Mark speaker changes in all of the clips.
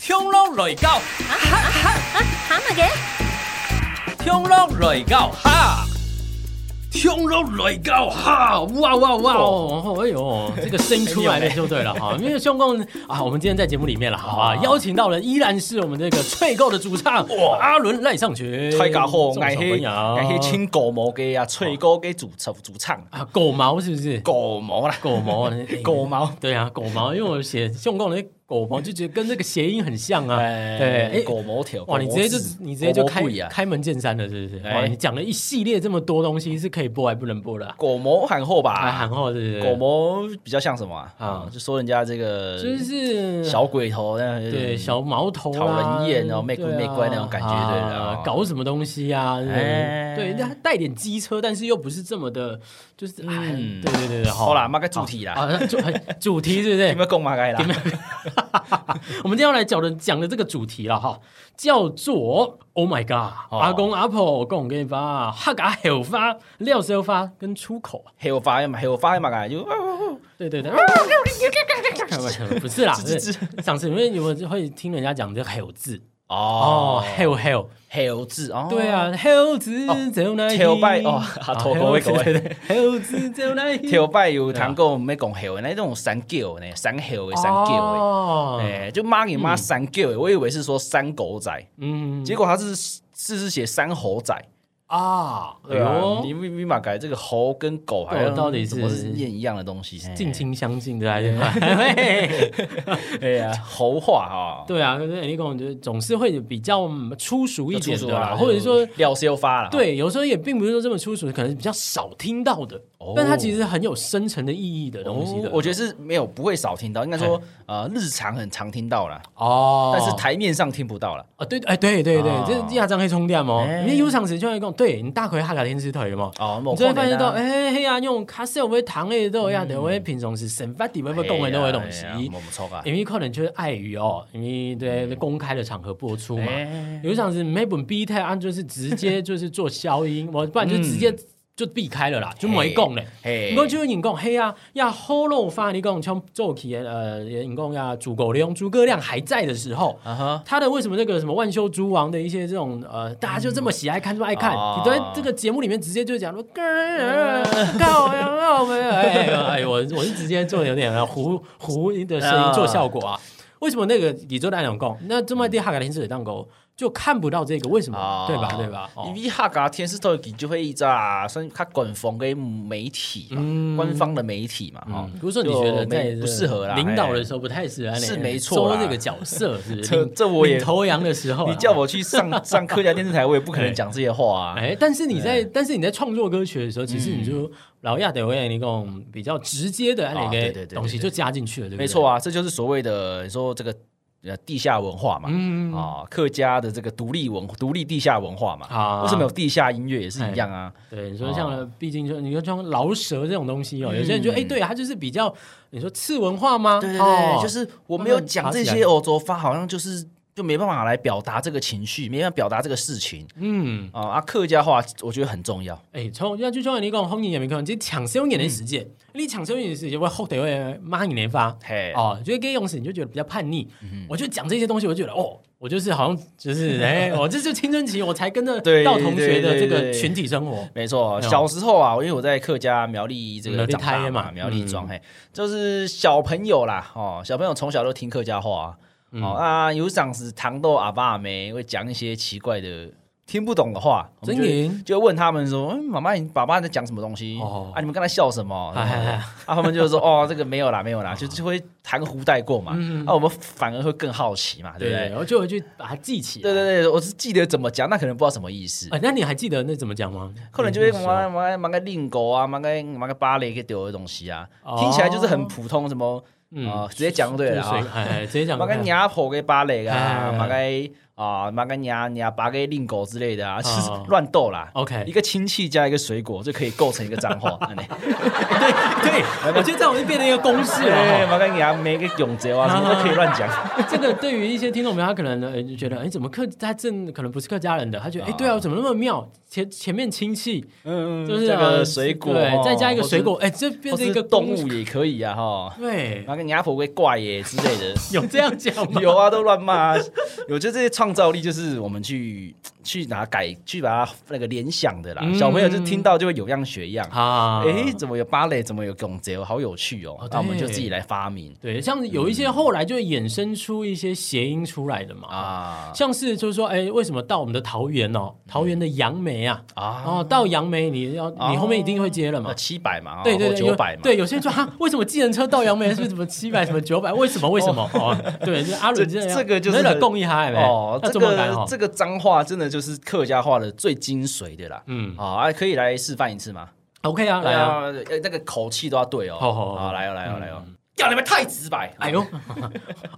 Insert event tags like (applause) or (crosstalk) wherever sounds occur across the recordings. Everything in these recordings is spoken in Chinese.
Speaker 1: 冲浪來教，
Speaker 2: 啊，喊乜嘅？
Speaker 1: 冲浪來教哈，冲浪來教哈，哇哇哇！
Speaker 3: 哦，哎呦，这个声出来的就
Speaker 4: (laughs)
Speaker 3: 对了哈，因为兄共啊，我们今天在节目里面了，好吧，邀请到了依然是我们这个翠购的主唱
Speaker 4: 哇
Speaker 3: 阿伦赖尚群，
Speaker 4: 太搞好，
Speaker 3: 众
Speaker 4: 挨
Speaker 3: 所
Speaker 4: 起挨
Speaker 3: 周啊
Speaker 4: 起
Speaker 3: 知
Speaker 4: 穿狗毛嘅啊，吹歌嘅主唱主唱，
Speaker 3: 啊，狗毛是不是？
Speaker 4: 狗毛啦，
Speaker 3: 狗毛
Speaker 4: (laughs)
Speaker 3: 啊，哎
Speaker 4: 狗毛
Speaker 3: 对啊，狗毛，因为我写兄共的狗毛就觉得跟这个谐音很像啊，对，
Speaker 4: 诶，
Speaker 3: 哎
Speaker 4: 狗毛条，
Speaker 3: 哇，你直接就你直接就开
Speaker 4: 啊，
Speaker 3: 开门见山了，是不是？哇，
Speaker 4: 哎
Speaker 3: 你讲了一系列这么多东西是可以播还不能播的啊，
Speaker 4: 狗毛很厚
Speaker 3: 啊，
Speaker 4: 吧？
Speaker 3: 然后是不是
Speaker 4: 狗毛比较像什么啊？
Speaker 3: 啊
Speaker 4: 啊就说人家这个
Speaker 3: 就是
Speaker 4: 小鬼头，那嗯有点
Speaker 3: 对小毛头啦、
Speaker 4: 讨人厌然后媚
Speaker 3: 对
Speaker 4: 鬼
Speaker 3: 啊
Speaker 4: 媚乖那种感觉对的
Speaker 3: 啊
Speaker 4: 啊
Speaker 3: 搞什么东西啊？
Speaker 4: 哎
Speaker 3: 对，对，带点机车，但是又不是这么的，就是哎，
Speaker 4: 嗯
Speaker 3: 对对对对，
Speaker 4: 好啦，妈个主题
Speaker 3: 啊，
Speaker 4: 啦，
Speaker 3: 那主主题是不
Speaker 4: (laughs) 你
Speaker 3: 是？
Speaker 4: 们讲嘛该啦，
Speaker 3: 我们今天要来讲的讲的这个主题了哈，叫做 “Oh my God”，、
Speaker 4: 哦
Speaker 3: 阿公阿婆公给发，哈嘎有发，料是有发跟出口啊，
Speaker 4: 黑我发嘛，黑我发嘛该就哦
Speaker 3: 对对对， (laughs) 不是
Speaker 4: (laughs)
Speaker 3: 啦，不是上次因为你们会听人家讲这个 “hell” 字哦
Speaker 4: 哦，
Speaker 3: ，“hell hell”。
Speaker 4: 黑字哦，
Speaker 3: 对啊，猴子走哪里？
Speaker 4: 跳拜哦啊头
Speaker 3: 猴
Speaker 4: 哥
Speaker 3: 子
Speaker 4: 各位
Speaker 3: 对对，猴子走哪里？
Speaker 4: 跳拜有
Speaker 3: 啊
Speaker 4: 谈过没讲黑的，那种三狗呢，三黑的三狗的。
Speaker 3: 哦，
Speaker 4: 哎、就妈给妈三 Q，、我以为是说三狗仔，
Speaker 3: 嗯
Speaker 4: 结果他是是是写三猴仔，
Speaker 3: 啊，哎
Speaker 4: 对啊，
Speaker 3: 呦，
Speaker 4: 你密密码改这个猴跟狗还有
Speaker 3: 狗到底是哎
Speaker 4: 怎么是念一样的东西？
Speaker 3: 近亲相近的还是哎嘿？
Speaker 4: (laughs) 哎呀，猴化哈、
Speaker 3: 对啊，可是你讲就是总是会比较嗯粗俗一
Speaker 4: 就啊
Speaker 3: 点
Speaker 4: 出
Speaker 3: 的
Speaker 4: 来
Speaker 3: 啦，
Speaker 4: 了
Speaker 3: 或者说
Speaker 4: 就。料是又发了，，
Speaker 3: 对，有时候也并不是说这么粗俗，可能比较少听到的，
Speaker 4: 哦
Speaker 3: 但它其实很有深层的意义的东西的。
Speaker 4: 我觉得是没有不会少听到，应该说呃日常很常听到啦，
Speaker 3: 哎哦，
Speaker 4: 但是台面上听不到了。
Speaker 3: 啊，对，哎，对对对
Speaker 4: 哦，
Speaker 3: 这亚张黑充电哦，
Speaker 4: 哎
Speaker 3: 你有场时就会讲，对你大奎哈卡天之腿嘛，
Speaker 4: 哦，
Speaker 3: 你就会发现到，
Speaker 4: 哎，
Speaker 3: 哎，嘿啊，用卡式会糖诶，都有呀，等会平常是神发底会不讲的都会东西
Speaker 4: 哎，呀我们错啊，
Speaker 3: 因为可能就是碍于哦，因为对公开的场合播出嘛，
Speaker 4: 哎
Speaker 3: 有一场是每本 B 太安就是直接就是做消音，我不然就直接
Speaker 4: 嗯
Speaker 3: 就避开了啦，
Speaker 4: 哎
Speaker 3: 就没讲嘞。
Speaker 4: 嘿
Speaker 3: 不过就是你讲，嘿啊，呀好肉发你讲像做起的呃，你讲呀诸葛亮诸葛亮还在的时候，
Speaker 4: 啊哈，
Speaker 3: 他的为什么那个什么万修诸王的一些这种呃，大家就这么喜爱看，这么爱看？
Speaker 4: 哦
Speaker 3: 你都在这个节目里面直接就讲说，告呀告呀，啊 (laughs) 哎呦哎呦，我我是直接做有点糊糊的声音
Speaker 4: 啊
Speaker 3: 做效果啊。为什么那个李州大两贡，那这么地哈格林是水当狗就看不到这个？为什么？
Speaker 4: 啊，
Speaker 3: 对吧？对吧？哦
Speaker 4: 因为客家天视台其就会一啊，算它官方的媒体嘛，
Speaker 3: 嗯
Speaker 4: 官方的媒体嘛，哦哈、
Speaker 3: 哦比如说，你觉得
Speaker 4: 就
Speaker 3: 在
Speaker 4: 没不适合啦，
Speaker 3: 领导的
Speaker 4: 哎
Speaker 3: 时候不太适合，
Speaker 4: 是
Speaker 3: 哎
Speaker 4: 没错啦
Speaker 3: 做这个角色 (laughs) 是不是？
Speaker 4: 这
Speaker 3: 领
Speaker 4: 这我也
Speaker 3: 领头羊的时候啊，
Speaker 4: 你叫我去上上客家电视台，我也不可能讲这些话啊。
Speaker 3: (laughs) 哎，但是你在，但是你在创作歌曲的时候，其实你就老亚得为那种比较直接的那
Speaker 4: 啊对对
Speaker 3: 个
Speaker 4: 对对
Speaker 3: 东西就加进去了，对不对？
Speaker 4: 没错，啊，这就是所谓的你说这个呃地下文化嘛，
Speaker 3: 嗯
Speaker 4: 啊，客家的这个独立文独立地下文化嘛，
Speaker 3: 啊哎
Speaker 4: 为什么有地下音乐也是一样啊？
Speaker 3: 对，你说像，毕竟就你说像饶舌这种东西哦，有些人觉得，哎，对啊，它就是比较，你说次文化吗？
Speaker 4: 嗯对对
Speaker 3: 哦
Speaker 4: 对，就是我没有讲
Speaker 3: 慢
Speaker 4: 这
Speaker 3: 慢爬起
Speaker 4: 些
Speaker 3: 来
Speaker 4: 欧洲发，好像就是就没办法来表达这个情绪，没办法表达这个事情。
Speaker 3: 嗯，
Speaker 4: 啊啊，客家话我觉得很重要。
Speaker 3: 哎，从要就像你讲，红人也没看，这抢先演的世
Speaker 4: 嗯
Speaker 3: 界，你抢先演的世界会后得会骂你连发。
Speaker 4: 嘿，
Speaker 3: 哦，觉得 gay 用词你就觉得比较叛逆，
Speaker 4: 嗯
Speaker 3: 我就讲这些东西，我就觉得哦，我就是好像
Speaker 4: (laughs)
Speaker 3: 就是哎，我这就青春期，我才跟着
Speaker 4: 对
Speaker 3: 到同学的这
Speaker 4: 对
Speaker 3: 个
Speaker 4: 对对
Speaker 3: 群体生活。
Speaker 4: 没错，
Speaker 3: 没有
Speaker 4: 小时候啊，因为我在客家苗栗这
Speaker 3: 苗
Speaker 4: 个
Speaker 3: 栗
Speaker 4: 长
Speaker 3: 胎
Speaker 4: 大
Speaker 3: 嘛
Speaker 4: 嘛，嗯苗栗庄，嘿，就是小朋友啦，哦，小朋友从小都听客家话啊，哦啊，有赏是糖豆阿爸阿妹会讲一些奇怪的。听不懂的话，我们就
Speaker 3: 真的
Speaker 4: 会就会问他们说：“嗯，妈妈，你爸爸在讲什么东西？
Speaker 3: 哦
Speaker 4: 啊，你们刚才笑什 (laughs) 么？”
Speaker 3: 哎哎哎
Speaker 4: 啊，他们就说：“哦，这个没有啦，没有啦。”就就会含糊带过嘛。啊，我们反而会更好奇嘛，
Speaker 3: 嗯
Speaker 4: 对
Speaker 3: 对
Speaker 4: 不
Speaker 3: 然
Speaker 4: 对？
Speaker 3: 后就会去把它记起来。
Speaker 4: 对对对，我是记得怎么讲，那可能不知道什么意思。
Speaker 3: 啊，那你还记得那怎么讲吗？
Speaker 4: 可能就会
Speaker 3: 嗯
Speaker 4: 玩玩玩个令狗啊，玩个玩个芭蕾给丢的东西啊
Speaker 3: 哦，
Speaker 4: 听起来就是很普通，什么
Speaker 3: 嗯
Speaker 4: 啊，直接讲就对了
Speaker 3: 就是
Speaker 4: 啊，
Speaker 3: 哎，哎直接讲。
Speaker 4: 玩个娘婆给芭蕾啊，
Speaker 3: 哎
Speaker 4: 玩个啊玩个娘娘拔给令狗之类的啊，就是
Speaker 3: 哦
Speaker 4: 乱斗啦。
Speaker 3: OK
Speaker 4: 一个亲戚加一个水果就可以构成一个脏 (laughs) 话。这样
Speaker 3: 对 (laughs) 对，我觉得这样我就变成一个公式
Speaker 4: 对，
Speaker 3: 了。
Speaker 4: 玩个娘每个永泽哦啊，什么都可以乱讲。
Speaker 3: 这个对于一些听众朋友，他可能呃就觉得，哎，怎么客他正可能不是客家人的，他觉得，哎，对啊，怎么那么妙？前前面亲戚，
Speaker 4: (laughs) 嗯
Speaker 3: 就是
Speaker 4: 这
Speaker 3: 啊
Speaker 4: 个水果，
Speaker 3: 对，
Speaker 4: 哦
Speaker 3: 再加一个水，果
Speaker 4: 或，
Speaker 3: 哎，这变成
Speaker 4: 是或
Speaker 3: 一
Speaker 4: 是
Speaker 3: 个
Speaker 4: 动
Speaker 3: 公
Speaker 4: 物，也可以啊哈， (laughs)
Speaker 3: 对
Speaker 4: 然，后跟鸭婆龟怪耶之类的。
Speaker 3: 有这样讲 (laughs) 吗？
Speaker 4: (laughs) 有啊，都乱骂、啊。我觉得这些创造力就是我们去去拿改去把它那个联想的啦。
Speaker 3: 嗯
Speaker 4: 小朋友就听到就会有样学样。
Speaker 3: 啊，
Speaker 4: 哎、怎么有芭蕾？怎么有拱贼？好有趣哦！
Speaker 3: 哦
Speaker 4: 那我们
Speaker 3: 对
Speaker 4: 就自己来发明
Speaker 3: 对，像有一些后来就衍生出一些谐音出来的嘛，
Speaker 4: 嗯啊
Speaker 3: 像是就是说，哎，为什么到我们的桃园哦，桃园的杨梅啊，
Speaker 4: 啊！
Speaker 3: 哦，到杨梅你要你后面一定会接了嘛
Speaker 4: 那。七百嘛，
Speaker 3: 对对对，
Speaker 4: 哦啊九
Speaker 3: 有
Speaker 4: 百嘛，
Speaker 3: 对，有些人说哈，为什么计程车到杨梅是怎么七百什么九百？为什么为什么？哦，对，就阿伦
Speaker 4: 这
Speaker 3: 样
Speaker 4: 这个就是
Speaker 3: 那
Speaker 4: 很
Speaker 3: 共一哈，
Speaker 4: 哦，
Speaker 3: 那
Speaker 4: 这
Speaker 3: 怎么改
Speaker 4: 个
Speaker 3: 哦？
Speaker 4: 这个脏话真的就是客家话的最精髓的啦。
Speaker 3: 嗯
Speaker 4: 好、啊，可以来示范一次吗？
Speaker 3: ，OK 啊，来啊，
Speaker 4: 呃，那个口气都要对哦。
Speaker 3: 好好好嗯
Speaker 4: 好，来哦，来哦，来哦！要你们太直白，
Speaker 3: 哎呦，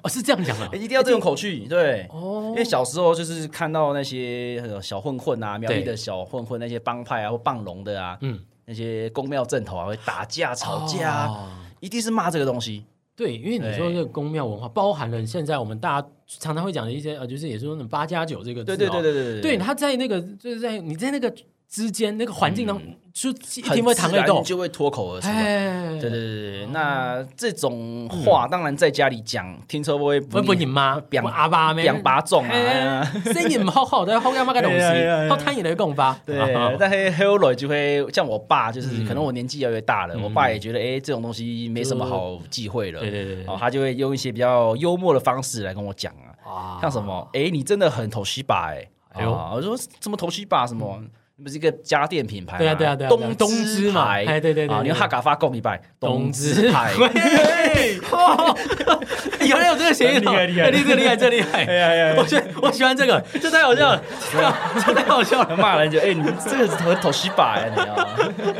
Speaker 3: 哦是这样讲的
Speaker 4: 欸一定要这种口气，对。
Speaker 3: 哦
Speaker 4: 因为小时候就是看到那些呃小混混啊，苗栗的小混混那些帮派啊或棒龙的啊，
Speaker 3: 嗯
Speaker 4: 那些公庙镇头啊会打架吵架啊，
Speaker 3: 哦
Speaker 4: 一定是骂这个东西。
Speaker 3: 对，因为你说这个宫庙文化包含了现在我们大家常常会讲的一些呃，就是也是说那种八加九这个字、
Speaker 4: 对
Speaker 3: 哦，
Speaker 4: 对对对对
Speaker 3: 对，他在那个就是在你在那个之间那个环境当中，就一
Speaker 4: 嗯很
Speaker 3: 定会谈
Speaker 4: 自
Speaker 3: 泪
Speaker 4: 然
Speaker 3: 斗，
Speaker 4: 就会脱口而出啊。
Speaker 3: 哎，
Speaker 4: 对对对对，那这种话当然在家里讲，听说不会
Speaker 3: 嗯会不你妈
Speaker 4: 扁
Speaker 3: 我阿爸咩， (laughs)
Speaker 4: 两把重
Speaker 3: 哎
Speaker 4: 啊。，
Speaker 3: 声音唔好好，但好干嘛个东西
Speaker 4: (laughs) 哎呀哎呀哎，呀
Speaker 3: 好贪也来共发，
Speaker 4: 对
Speaker 3: 啊，
Speaker 4: (laughs) 但黑黑罗就会像我爸，
Speaker 3: 嗯
Speaker 4: 就是可能我年纪越来越大了，我爸也觉得哎、这种东西没什么好忌讳了，
Speaker 3: 对对对对对
Speaker 4: 哦，他就会用一些比较幽默的方式来跟我讲啊，
Speaker 3: 啊
Speaker 4: 像什么哎、你真的很头西吧哎，
Speaker 3: 哎呦嗯
Speaker 4: 啊我说什么头西吧什么。你不是一个家电品牌嘛？
Speaker 3: 对啊对啊对啊对啊
Speaker 4: 东
Speaker 3: 东
Speaker 4: 芝
Speaker 3: 芝嘛
Speaker 4: 牌
Speaker 3: 哎对对对
Speaker 4: 啊，
Speaker 3: 对
Speaker 4: 你用哈嘎发供一拜，
Speaker 3: 东
Speaker 4: 芝
Speaker 3: 芝
Speaker 4: 牌，
Speaker 3: 哦，原 (laughs) 来有这个谐音哦，
Speaker 4: 厉害厉害
Speaker 3: 哎这个厉害，这个厉
Speaker 4: (laughs)
Speaker 3: 害！
Speaker 4: 呀哎呀呀
Speaker 3: 我喜我喜欢这个，这太好笑
Speaker 4: (laughs)
Speaker 3: 了，这太好笑了。
Speaker 4: 骂人就哎，你这个很头西吧哎，你知道吗？ (laughs)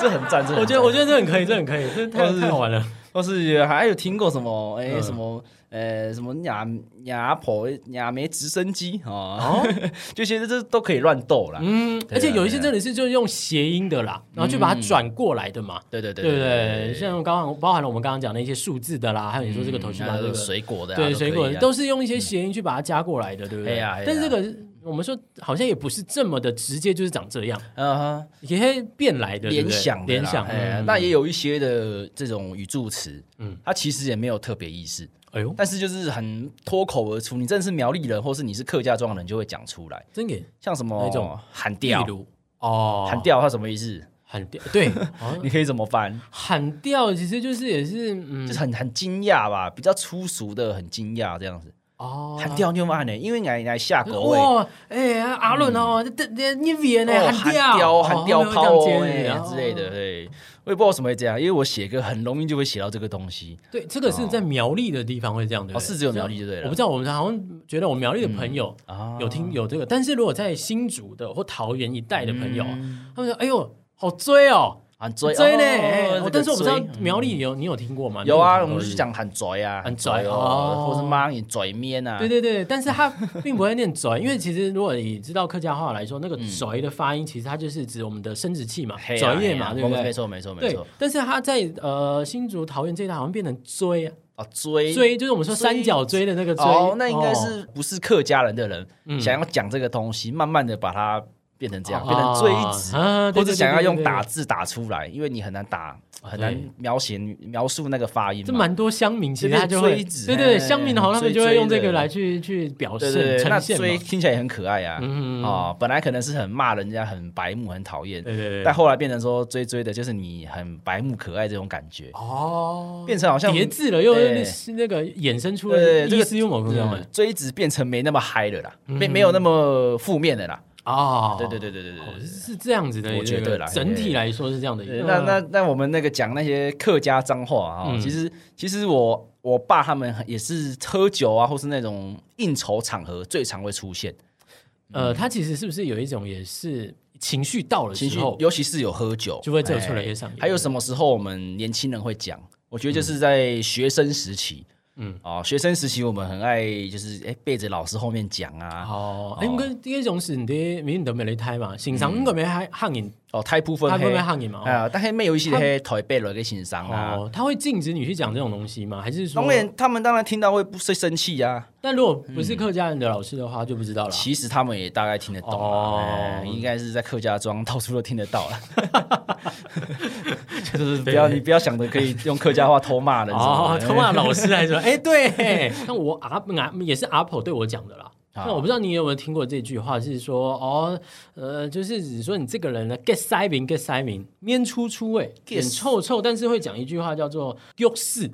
Speaker 4: 这很赞，这很
Speaker 3: 我觉得
Speaker 4: 赞
Speaker 3: 我觉得这很可以，这很可以，这
Speaker 4: 哦
Speaker 3: 太太好玩了。
Speaker 4: 或是还有听过什么哎、
Speaker 3: 嗯
Speaker 4: 什么呃什么雅雅婆雅梅直升机啊，
Speaker 3: 哦，
Speaker 4: (laughs) 就其实这都可以乱斗啦。
Speaker 3: 嗯，
Speaker 4: 对啊
Speaker 3: 而且有一些真的是就是用谐音的啦，然后就把它转过来的嘛，
Speaker 4: 对嗯对
Speaker 3: 对不对？像刚刚包含了我们刚刚讲的一些数字的啦，还有你说这个头绪
Speaker 4: 还
Speaker 3: 嘛，
Speaker 4: 有
Speaker 3: 这个
Speaker 4: 水果的啊、
Speaker 3: 对水果
Speaker 4: 可以啊
Speaker 3: 都是用一些谐音去把它加过来的，对不
Speaker 4: 哎
Speaker 3: 对
Speaker 4: 呀哎呀？
Speaker 3: 但是这个我们说好像也不是这么的直接，就是长这样，
Speaker 4: 嗯哼
Speaker 3: 也可以变来的，对不
Speaker 4: 联
Speaker 3: 对
Speaker 4: 想的啦
Speaker 3: 联想
Speaker 4: 哎呀。
Speaker 3: 嗯
Speaker 4: 那也有一些的这种语助词，嗯
Speaker 3: 嗯，
Speaker 4: 它其实也没有特别意思，
Speaker 3: 哎呦，
Speaker 4: 但是就是很脱口而出。你真的是苗栗人，或是你是客家庄人，就会讲出来。
Speaker 3: 真给
Speaker 4: 像什么
Speaker 3: 哪种
Speaker 4: 喊
Speaker 3: 例
Speaker 4: 调，
Speaker 3: 如哦，
Speaker 4: 喊调它什么意思？
Speaker 3: 喊掉，对，哦
Speaker 4: 你可以怎么翻？
Speaker 3: 喊掉其实就是也是嗯
Speaker 4: 就是很很惊讶吧，比较粗俗的，很惊讶这样子。
Speaker 3: 哦
Speaker 4: 喊掉妞嘛呢，因为俺来下狗位，嗯
Speaker 3: 哇，哎、阿伦哦，这这你别呢，
Speaker 4: 哦
Speaker 3: 喊
Speaker 4: 掉
Speaker 3: 掉
Speaker 4: 喊掉炮哦哎
Speaker 3: 哎
Speaker 4: 之类的，。对，我也不知道为什么会这样，因为我写歌很容易就会写到这个东西，
Speaker 3: 对，这个是在苗栗的地方会这样，对不
Speaker 4: 哦，
Speaker 3: 对？
Speaker 4: 是只有苗栗就对
Speaker 3: 我
Speaker 4: 了
Speaker 3: 不知道，我们好像觉得我们苗栗的朋友
Speaker 4: 啊
Speaker 3: 有听有这个，但是如果在新竹的或桃园一带的朋友，他们说：“哎呦，好追哦，
Speaker 4: 喊嗯追
Speaker 3: 追嘞！”
Speaker 4: 哦
Speaker 3: 哎
Speaker 4: 这
Speaker 3: 但
Speaker 4: 个
Speaker 3: 是我不知道
Speaker 4: 追
Speaker 3: 苗栗有你有听过吗？
Speaker 4: 有啊，
Speaker 3: 你
Speaker 4: 我
Speaker 3: 听过
Speaker 4: 们就讲喊拽
Speaker 3: 嗯
Speaker 4: 啊，
Speaker 3: 喊
Speaker 4: 拽
Speaker 3: 拽
Speaker 4: 哦，
Speaker 3: 哦
Speaker 4: 或是妈你拽面啊，
Speaker 3: 对对对，但是
Speaker 4: (laughs)
Speaker 3: 它并不会念“拽”，因为其实如果你知道客家话来说，那个“拽”的发音其实它就是指我们的生殖器嘛，
Speaker 4: 嗯嘿啊，
Speaker 3: 拽叶
Speaker 4: 嘿啊
Speaker 3: 嘛，对
Speaker 4: 我
Speaker 3: 不
Speaker 4: 们没
Speaker 3: 对？
Speaker 4: 错没错没
Speaker 3: 对
Speaker 4: 错，，
Speaker 3: 但是它在呃新竹桃园这一带好像变成锥啊，
Speaker 4: 啊追
Speaker 3: 锥就是我们说三角锥的那个锥。
Speaker 4: 哦，那应该
Speaker 3: 哦
Speaker 4: 是不是客家人的人
Speaker 3: 嗯
Speaker 4: 想要讲这个东西，慢慢的把它变成这样，变成追子。
Speaker 3: 啊对对
Speaker 4: 或者
Speaker 3: 对
Speaker 4: 想要
Speaker 3: 对
Speaker 4: 用
Speaker 3: 对
Speaker 4: 打
Speaker 3: 对
Speaker 4: 字打出来，因为你很难打，很
Speaker 3: 对
Speaker 4: 难描写描述那个发音嘛。
Speaker 3: 这蛮多乡民，其实他就
Speaker 4: 这
Speaker 3: 会
Speaker 4: 边锥子
Speaker 3: 对对
Speaker 4: 哎
Speaker 3: 对，乡民好像他们就会用这
Speaker 4: 锥锥
Speaker 3: 个
Speaker 4: 的
Speaker 3: 来去去表
Speaker 4: 对
Speaker 3: 现
Speaker 4: 对对，那
Speaker 3: 呈现
Speaker 4: 追
Speaker 3: 嘛。
Speaker 4: 听起来也很可爱啊。
Speaker 3: 嗯
Speaker 4: 哦，本来可能是很骂人家、很白目、很讨厌，
Speaker 3: 对对对
Speaker 4: 但后来变成说追追的，就是你很白目可爱这种感觉，
Speaker 3: 哦，
Speaker 4: 变成好像
Speaker 3: 叠字了，又
Speaker 4: 对
Speaker 3: 又是那个衍生出
Speaker 4: 对
Speaker 3: 了
Speaker 4: 这
Speaker 3: 意
Speaker 4: 个
Speaker 3: 思又某种
Speaker 4: 嗯
Speaker 3: 哎
Speaker 4: 追子变成没那么嗨了啦，
Speaker 3: 嗯
Speaker 4: 没没有那么负面的啦。
Speaker 3: 哦，
Speaker 4: 对对对对对
Speaker 3: 哦，
Speaker 4: 对
Speaker 3: 是是这样子的，
Speaker 4: 我觉得
Speaker 3: 这个
Speaker 4: 啦
Speaker 3: 整体来说是这样的一
Speaker 4: 对。
Speaker 3: 个。
Speaker 4: 那那那我们那个讲那些客家脏话啊、
Speaker 3: 嗯
Speaker 4: 其实其实我我爸他们也是喝酒啊，或是那种应酬场合最常会出现。
Speaker 3: 呃，他其实是不是有一种也是情绪到了
Speaker 4: 情
Speaker 3: 之
Speaker 4: 绪
Speaker 3: 后，
Speaker 4: 尤其是有喝酒，
Speaker 3: 就会走出来
Speaker 4: 哎
Speaker 3: 一些上瘾
Speaker 4: 还有什么时候我们年轻人会讲？我觉得就是在学生时期，嗯，哦，学生时期我们很爱就是哎、背着老师后面讲啊，
Speaker 3: 哦，應該呢一種是你啲面唔到咪你睇嘛，嗯成上應該咪黑黑人
Speaker 4: 哦，太部分
Speaker 3: 太部
Speaker 4: 黑
Speaker 3: 分黑人嘛哦
Speaker 4: 啊，但黑妹有一些黑台北来个欣赏啊。
Speaker 3: 哦，他会禁止你去讲这种东西吗？还是说
Speaker 4: 当？然，他们当然听到会不会生气啊。
Speaker 3: 但如果不是客家人的老师的话，就不知道了。
Speaker 4: 其实他们也大概听得懂
Speaker 3: 哦
Speaker 4: 啊，哎应该是在客家庄到处都听得
Speaker 3: (laughs)
Speaker 4: 到了。就是不要你不要想着可以用客家话偷骂人
Speaker 3: 哦，
Speaker 4: 什
Speaker 3: 通
Speaker 4: 么的
Speaker 3: 常老师 (laughs) 来说，哎，对，那我阿阿也是阿婆对我讲的啦。
Speaker 4: 啊
Speaker 3: 那我不知道你有没有听过这句话，是说哦，呃，就是只说你这个人呢，get 塞明 get 塞明，面出出味，
Speaker 4: Get-
Speaker 3: 脸臭臭，但是会讲一句话叫做“욕스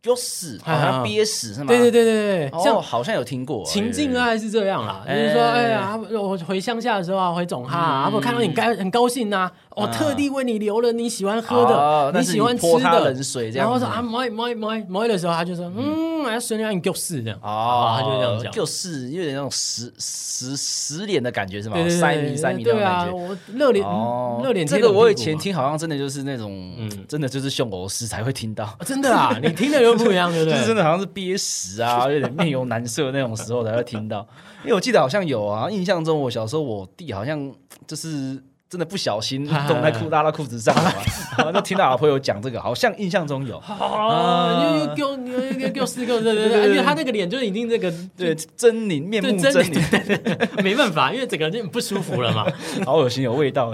Speaker 4: 就是好像憋死是”。吗？
Speaker 3: 啊对对对对对，
Speaker 4: 哦，
Speaker 3: 像
Speaker 4: 好像有听过
Speaker 3: 情境
Speaker 4: 哎
Speaker 3: 大概是这样啦，就
Speaker 4: 哎
Speaker 3: 是说，哎呀，阿伯我回乡下的时候啊，回总哈啊，阿伯看到你该很高兴呐，我
Speaker 4: 嗯
Speaker 3: 特地为你留了你喜欢喝
Speaker 4: 哦
Speaker 3: 的，
Speaker 4: 但是
Speaker 3: 喜欢
Speaker 4: 你
Speaker 3: 吃
Speaker 4: 泼他
Speaker 3: 的
Speaker 4: 冷水这样
Speaker 3: 然
Speaker 4: 子
Speaker 3: 后说啊，摸一摸一摸一摸一的时候，他就说，嗯，哎，孙亮你就是这样，
Speaker 4: 哦
Speaker 3: 啊，，他就这样讲，
Speaker 4: 就是有点那种死死死脸的感觉是吗
Speaker 3: 对？对对
Speaker 4: 塞
Speaker 3: 对
Speaker 4: 米塞米那种
Speaker 3: 对啊，
Speaker 4: 感觉。
Speaker 3: 我热脸
Speaker 4: 哦，
Speaker 3: 热脸贴
Speaker 4: 这
Speaker 3: 冷
Speaker 4: 个我以
Speaker 3: 屁股
Speaker 4: 前
Speaker 3: 嘛。
Speaker 4: 听好像真的就是那种，
Speaker 3: 嗯
Speaker 4: 真的就是凶偶师才会听到， (laughs)
Speaker 3: 啊真的啊，你听的又不一样，对不
Speaker 4: 就
Speaker 3: 对？
Speaker 4: 是真的好像是憋死啊，有点面有难色那种时候才会听到。因为我记得好像有啊，印象中我小时候我弟好像就是真的不小心动在裤拉到裤子上了嘛，然后就听到老朋友讲这个，好像印象中有。
Speaker 3: 哦，又又给我，又又又给我四个，
Speaker 4: (laughs)
Speaker 3: 对对
Speaker 4: 啊对对
Speaker 3: 对，
Speaker 4: 对
Speaker 3: 因为他那个脸就已经这个，
Speaker 4: 对，狰狞面目
Speaker 3: 对，
Speaker 4: 狰
Speaker 3: 真
Speaker 4: 狞，
Speaker 3: 的没办法，因为整个人就不舒服了嘛。
Speaker 4: 好恶心，有味道。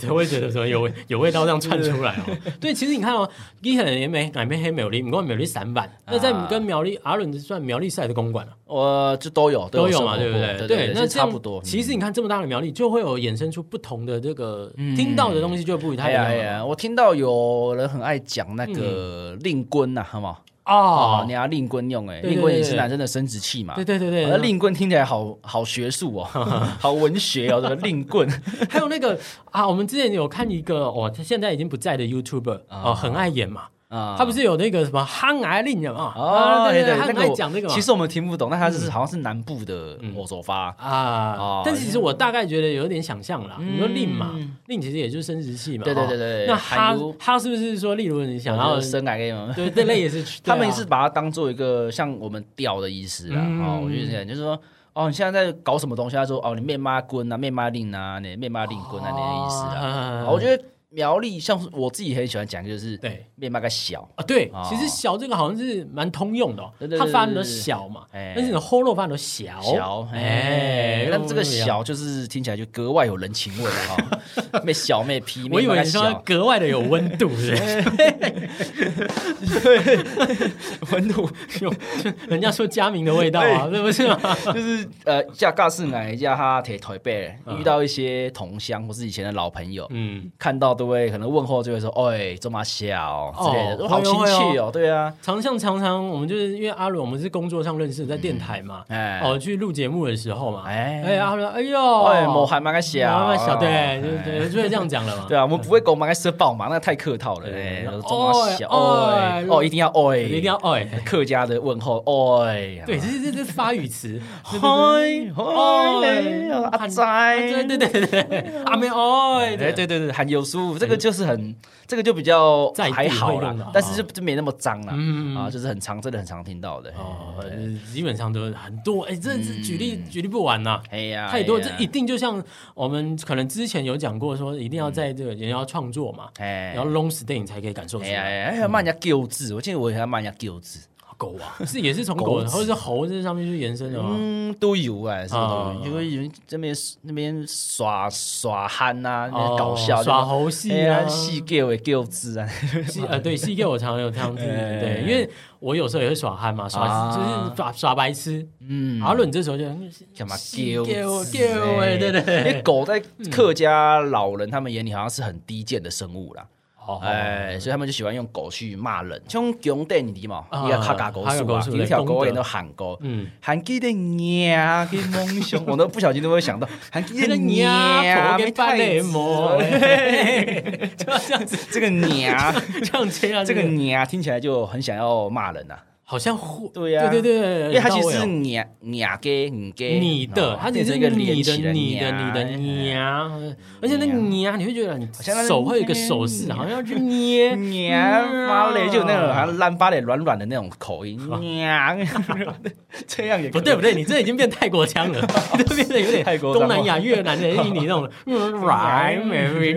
Speaker 3: 对，我也觉得说有味有味道这样串出来哦。 (laughs) 对，其实你看哦，伊很也没改变黑苗栗，不过苗栗散板，那在跟苗栗阿伦算苗栗赛的公馆了，
Speaker 4: 我就都有
Speaker 3: 都有
Speaker 4: 生
Speaker 3: 嘛，
Speaker 4: 活
Speaker 3: 对不
Speaker 4: 过
Speaker 3: 对？
Speaker 4: 对对，
Speaker 3: 那
Speaker 4: 是
Speaker 3: 这
Speaker 4: 差
Speaker 3: 样
Speaker 4: 不多。嗯
Speaker 3: 其实你看这么大的苗栗，就会有衍生出不同的这个
Speaker 4: 嗯
Speaker 3: 听到的东西，就不太
Speaker 4: 哎
Speaker 3: 一
Speaker 4: 呀
Speaker 3: 样
Speaker 4: 哎
Speaker 3: 了
Speaker 4: 呀，我听到有人很爱讲那个令棍呐，好不好？哦，
Speaker 3: 嗯哦
Speaker 4: 你。要令棍用哎，
Speaker 3: 对对
Speaker 4: 令棍也
Speaker 3: 对
Speaker 4: 是
Speaker 3: 对
Speaker 4: 男生的生殖器嘛。
Speaker 3: 对对对
Speaker 4: 哦那
Speaker 3: 对，
Speaker 4: 令棍听起来好好学术哦， (laughs) 好文学哦，这个令棍
Speaker 3: 还有那个啊，我们之前有看一个哦，他现在已经不在的 YouTuber 哦，很爱演嘛，
Speaker 4: 啊
Speaker 3: (laughs) 他不是有那个什么憨癌令人嘛？
Speaker 4: 哦，
Speaker 3: 啊对对，
Speaker 4: 对
Speaker 3: 他
Speaker 4: 那
Speaker 3: 很
Speaker 4: 个
Speaker 3: 爱
Speaker 4: 我
Speaker 3: 讲那个嘛。嗯
Speaker 4: 其实我们听不懂，但他就是好像是南部的我首发。
Speaker 3: 啊
Speaker 4: 哦，嗯
Speaker 3: 但其实我大概觉得有点想象啦。你说令嘛，令其实也就是生殖器嘛。
Speaker 4: 对对
Speaker 3: 哦
Speaker 4: 对对
Speaker 3: 那
Speaker 4: 含
Speaker 3: 哈
Speaker 4: 入
Speaker 3: 哈是不是说，例如你想
Speaker 4: 然后
Speaker 3: 要
Speaker 4: 生来给你们，
Speaker 3: 对啊这类也是
Speaker 4: 他们是把它当做一个像我们钓的意思啦。
Speaker 3: 嗯
Speaker 4: 哦，我就是这样，就是说，哦，你现在在搞什么东西？他说，哦，你面妈棍啊，面妈令啊，你面妈令棍啊，你的意思啊。
Speaker 3: 啊
Speaker 4: 好我觉得苗栗像是我自己很喜欢讲，就是
Speaker 3: 对
Speaker 4: 面妈个小，
Speaker 3: 啊，对
Speaker 4: 哦，
Speaker 3: 其实小这个好像是蛮通用的哦
Speaker 4: 对对，
Speaker 3: 它
Speaker 4: 对
Speaker 3: 发音的小嘛，
Speaker 4: 哎
Speaker 3: 但是你的喉咙发音的小哦
Speaker 4: 小，哎，但这个，小就是听起来就格外有人情味了哈。妹小妹皮，
Speaker 3: 我以为
Speaker 4: 面
Speaker 3: 你
Speaker 4: 妈
Speaker 3: 说
Speaker 4: 个
Speaker 3: 格外的有温度，是不
Speaker 4: (laughs)
Speaker 3: 是？ (laughs)
Speaker 4: 小温度，
Speaker 3: 有就 (laughs) 人家说佳明的味道啊，对不是嗯吗？
Speaker 4: 就是呃，加尬是奶加哈铁腿背，遇到一些同乡或是以前的老朋友，
Speaker 3: 嗯，
Speaker 4: 看到都会可能问候就会说，哎，这么小
Speaker 3: 哦
Speaker 4: 之类的，都
Speaker 3: 会
Speaker 4: 好亲
Speaker 3: 哦
Speaker 4: 切
Speaker 3: 会
Speaker 4: 哦，对啊，
Speaker 3: 常像常常我们就是因为阿伦，我们是工作上认识，在电台嘛，
Speaker 4: 哎
Speaker 3: 哦，去录节目的时候嘛，
Speaker 4: 哎
Speaker 3: 哎，阿伦，哎呦，
Speaker 4: 哎，某还蛮个小，
Speaker 3: 慢慢小，对
Speaker 4: 哎
Speaker 3: 对对，就是这样讲了嘛，
Speaker 4: 对啊，我们不会狗蛮个社爆嘛，那个太客套了，哎
Speaker 3: 对，
Speaker 4: 这么小，
Speaker 3: 哎
Speaker 4: 哎，哦，一定要哎，
Speaker 3: 一定要哎，
Speaker 4: 客家的问候，哎，
Speaker 3: 对，这这这是发语词，
Speaker 4: 嗨
Speaker 3: 哎
Speaker 4: 嗨，阿
Speaker 3: 哦啊对
Speaker 4: 仔，
Speaker 3: 对对对对，阿妹哎，
Speaker 4: 对对对对，喊有舒服，这个就是很，这个就比较
Speaker 3: 在地
Speaker 4: 还好
Speaker 3: 会
Speaker 4: 啦
Speaker 3: 用的，
Speaker 4: 但是就就没那么脏啦
Speaker 3: 嗯，
Speaker 4: 啊，就是很常，真的很常听到的。
Speaker 3: 哦，基本上都很多，哎，这这举例举例不完呐。
Speaker 4: 哎呀，
Speaker 3: 太多，
Speaker 4: 哎呀
Speaker 3: 这一定就像我们可能之前有讲过，说一定要在这个人要创作嘛，
Speaker 4: 哎
Speaker 3: 然后嗯 long stay 你才可以感受出
Speaker 4: 哎呀，
Speaker 3: 来。
Speaker 4: 哎呀，骂人家狗字，我记得我以前还骂人家狗字，
Speaker 3: 狗啊， (laughs) 是也是从狗
Speaker 4: 狗子
Speaker 3: 或者是猴这上面去延伸的吗？
Speaker 4: 嗯，都有哎，是
Speaker 3: 啊
Speaker 4: 都有，因为有人这边那边耍耍憨呐，那边
Speaker 3: 哦
Speaker 4: 搞笑
Speaker 3: 耍猴戏
Speaker 4: 哎
Speaker 3: 啊
Speaker 4: 呀，，戏狗的狗字啊， (laughs)
Speaker 3: 戏呃对戏给我常常有这样子，
Speaker 4: 哎
Speaker 3: 对，因为我有时候也会耍憨嘛，耍
Speaker 4: 啊
Speaker 3: 就是耍耍白痴。
Speaker 4: 嗯，
Speaker 3: 阿伦这时候就
Speaker 4: 干嘛
Speaker 3: 戏
Speaker 4: 狗
Speaker 3: 给我
Speaker 4: 字
Speaker 3: 给我哎，对对
Speaker 4: 因为
Speaker 3: 对，
Speaker 4: 狗在客家老人他们眼里好像是很低贱的生物啦，
Speaker 3: 哦
Speaker 4: 哎，所以他们就喜欢用狗去骂人，像狗带你的嘛，
Speaker 3: 啊
Speaker 4: 你看他嘎狗
Speaker 3: 客家
Speaker 4: 树
Speaker 3: 狗
Speaker 4: 啊
Speaker 3: 树，
Speaker 4: 有一条狗
Speaker 3: 对
Speaker 4: 也都喊狗，
Speaker 3: 嗯，
Speaker 4: (laughs) 喊鸡的娘给蒙熊，我都不小心都会想到喊鸡的娘
Speaker 3: 给
Speaker 4: 没
Speaker 3: 半
Speaker 4: 太
Speaker 3: 内
Speaker 4: 子
Speaker 3: 膜，
Speaker 4: 了
Speaker 3: 哎就要这样子
Speaker 4: 这个娘，
Speaker 3: (laughs) 这样切下去啊
Speaker 4: 这个娘听起来就很想要骂人呐。
Speaker 3: 好像会，
Speaker 4: 对呀
Speaker 3: 对对对，
Speaker 4: 因为它其实
Speaker 3: 很
Speaker 4: 是
Speaker 3: 到位哦
Speaker 4: 你你给你给
Speaker 3: 你的，它其
Speaker 4: 变
Speaker 3: 实
Speaker 4: 成
Speaker 3: 是
Speaker 4: 一个
Speaker 3: 你
Speaker 4: 连
Speaker 3: 的、
Speaker 4: 起来
Speaker 3: 你的、你的、
Speaker 4: 哎
Speaker 3: 你啊，而且那个你啊，你会觉得你
Speaker 4: 像在
Speaker 3: 手会有一个手势，
Speaker 4: 捏
Speaker 3: 好像要去
Speaker 4: (laughs)
Speaker 3: 捏
Speaker 4: 娘妈嘞，就有那种好
Speaker 3: 啊
Speaker 4: 像烂巴嘞软软的那种口音，娘，这样也可
Speaker 3: 不
Speaker 4: 以
Speaker 3: 对不对，你这已经变泰国腔了，你这变得有点
Speaker 4: 泰国
Speaker 3: 东
Speaker 4: 腔
Speaker 3: 南
Speaker 4: 吗
Speaker 3: 亚、越南的印尼那种，right，喂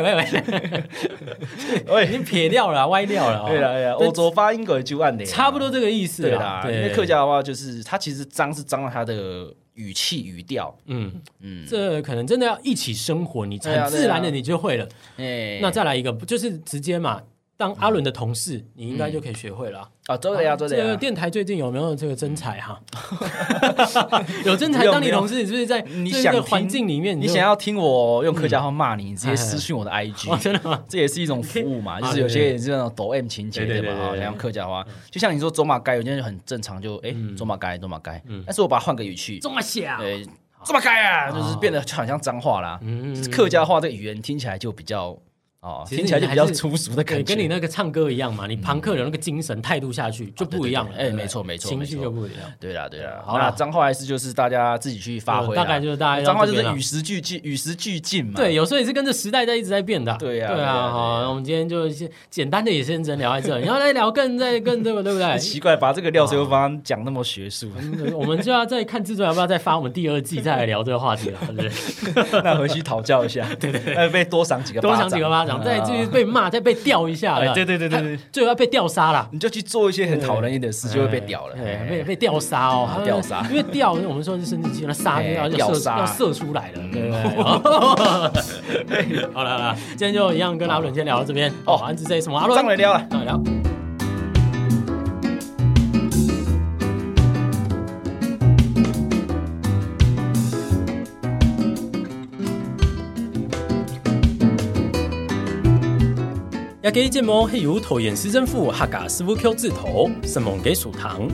Speaker 3: 喂喂，已
Speaker 4: 喂，
Speaker 3: 经撇掉了啊，歪掉了啊，
Speaker 4: 对了对了，
Speaker 3: 对
Speaker 4: 欧洲发音格就按的，
Speaker 3: 差不多这个意思
Speaker 4: 对
Speaker 3: 啦
Speaker 4: 啦。。因为
Speaker 3: 对
Speaker 4: 客，家的话，就是它其实脏是脏到它的语气语调，
Speaker 3: 嗯嗯
Speaker 4: 嗯，
Speaker 3: 这可能真的要一起生活，你
Speaker 4: 对
Speaker 3: 很
Speaker 4: 啊对啊
Speaker 3: 自然的你就会了。
Speaker 4: 哎，
Speaker 3: 那再来一个，不就是直接嘛？当阿伦的同事，你应该就可以学会了啊。
Speaker 4: 啊，对的呀，对
Speaker 3: 这
Speaker 4: 的呀
Speaker 3: 个，电台最近有没有这个真才哈？有真才
Speaker 4: 不用
Speaker 3: 当你
Speaker 4: 不用
Speaker 3: 同事，你是不是在
Speaker 4: 你
Speaker 3: 这
Speaker 4: 想
Speaker 3: 个
Speaker 4: 听
Speaker 3: 环境里面，
Speaker 4: 你
Speaker 3: 就
Speaker 4: 想要听我用客家话骂你，你直接私讯我嗯 (laughs) 的
Speaker 3: 哦，真
Speaker 4: IG。
Speaker 3: 的吗？
Speaker 4: 这也是一种服务嘛，
Speaker 3: 啊
Speaker 4: 就是有些人是那种抖 M 情节
Speaker 3: 对对
Speaker 4: 对吧？
Speaker 3: 对对
Speaker 4: 啊，
Speaker 3: 对
Speaker 4: 想用客家话，就像你说走马街，有些人就很正常，就哎走马街走马街，但是我把它换个语气，哎
Speaker 3: 这么想，
Speaker 4: 对，这么该啊，就是变得就很像脏话啦。
Speaker 3: 嗯
Speaker 4: 就是客家话这个语言听起来就比较哦，
Speaker 3: 其实
Speaker 4: 听起来就比
Speaker 3: 你
Speaker 4: 较
Speaker 3: 还是
Speaker 4: 粗俗的感
Speaker 3: 对，
Speaker 4: 觉。
Speaker 3: 跟你那个唱歌一样嘛，你朋克的那个精神态度下去就不一样了。
Speaker 4: 啊对对对哎
Speaker 3: 对不对
Speaker 4: 没错没错
Speaker 3: 情
Speaker 4: 没
Speaker 3: 绪
Speaker 4: 错
Speaker 3: 就不一样。
Speaker 4: 对啦对啦，
Speaker 3: 好
Speaker 4: 好
Speaker 3: 啦
Speaker 4: 啦，脏话还是就是大家自己去发挥啦。
Speaker 3: 啊嗯大概就是大家要
Speaker 4: 脏话就
Speaker 3: 这边
Speaker 4: 是
Speaker 3: 啦
Speaker 4: 与时俱进，与时俱进嘛。
Speaker 3: 对，有时候也是跟着时代在一直在变的啊、
Speaker 4: 对啊
Speaker 3: 对
Speaker 4: 对啊
Speaker 3: 啊，
Speaker 4: 对啊
Speaker 3: 好，我们今天就先简单的也先先聊到这，然后再聊更再更对不对？对不
Speaker 4: 很
Speaker 3: 对？
Speaker 4: 哎奇怪，把这个廖修芳讲那么学术，
Speaker 3: 我们就要再看制作要不要再发我们第二季再来聊这个话题了，对不
Speaker 4: (laughs)
Speaker 3: 对？
Speaker 4: (laughs) 那回去讨教一
Speaker 3: (laughs)
Speaker 4: 下，对对，那被多赏几个，
Speaker 3: 多想几个巴掌，嗯再继续。被骂，再被吊一下
Speaker 4: 哎
Speaker 3: 了，，
Speaker 4: 对对对对对，
Speaker 3: 最后要被吊杀啦。
Speaker 4: 你就去做一些很讨人厌的事，就会被屌了。
Speaker 3: 对，
Speaker 4: 哎
Speaker 3: 被被吊杀哦，
Speaker 4: 啊吊
Speaker 3: (laughs)
Speaker 4: 杀
Speaker 3: 因为吊，我们说是生殖器，那杀
Speaker 4: 哎
Speaker 3: 要要
Speaker 4: 吊
Speaker 3: 射
Speaker 4: 杀嗯
Speaker 3: 要射出来了，对不对？对， (laughs) 好了好了，今天就一样跟阿伦先聊到这边
Speaker 4: 哦
Speaker 3: 哦，安之这什么阿伦，
Speaker 4: 张磊撩了
Speaker 3: 张磊撩。也给建模黑油头眼师真父哈嘎师傅 Q 字头，圣梦给属堂。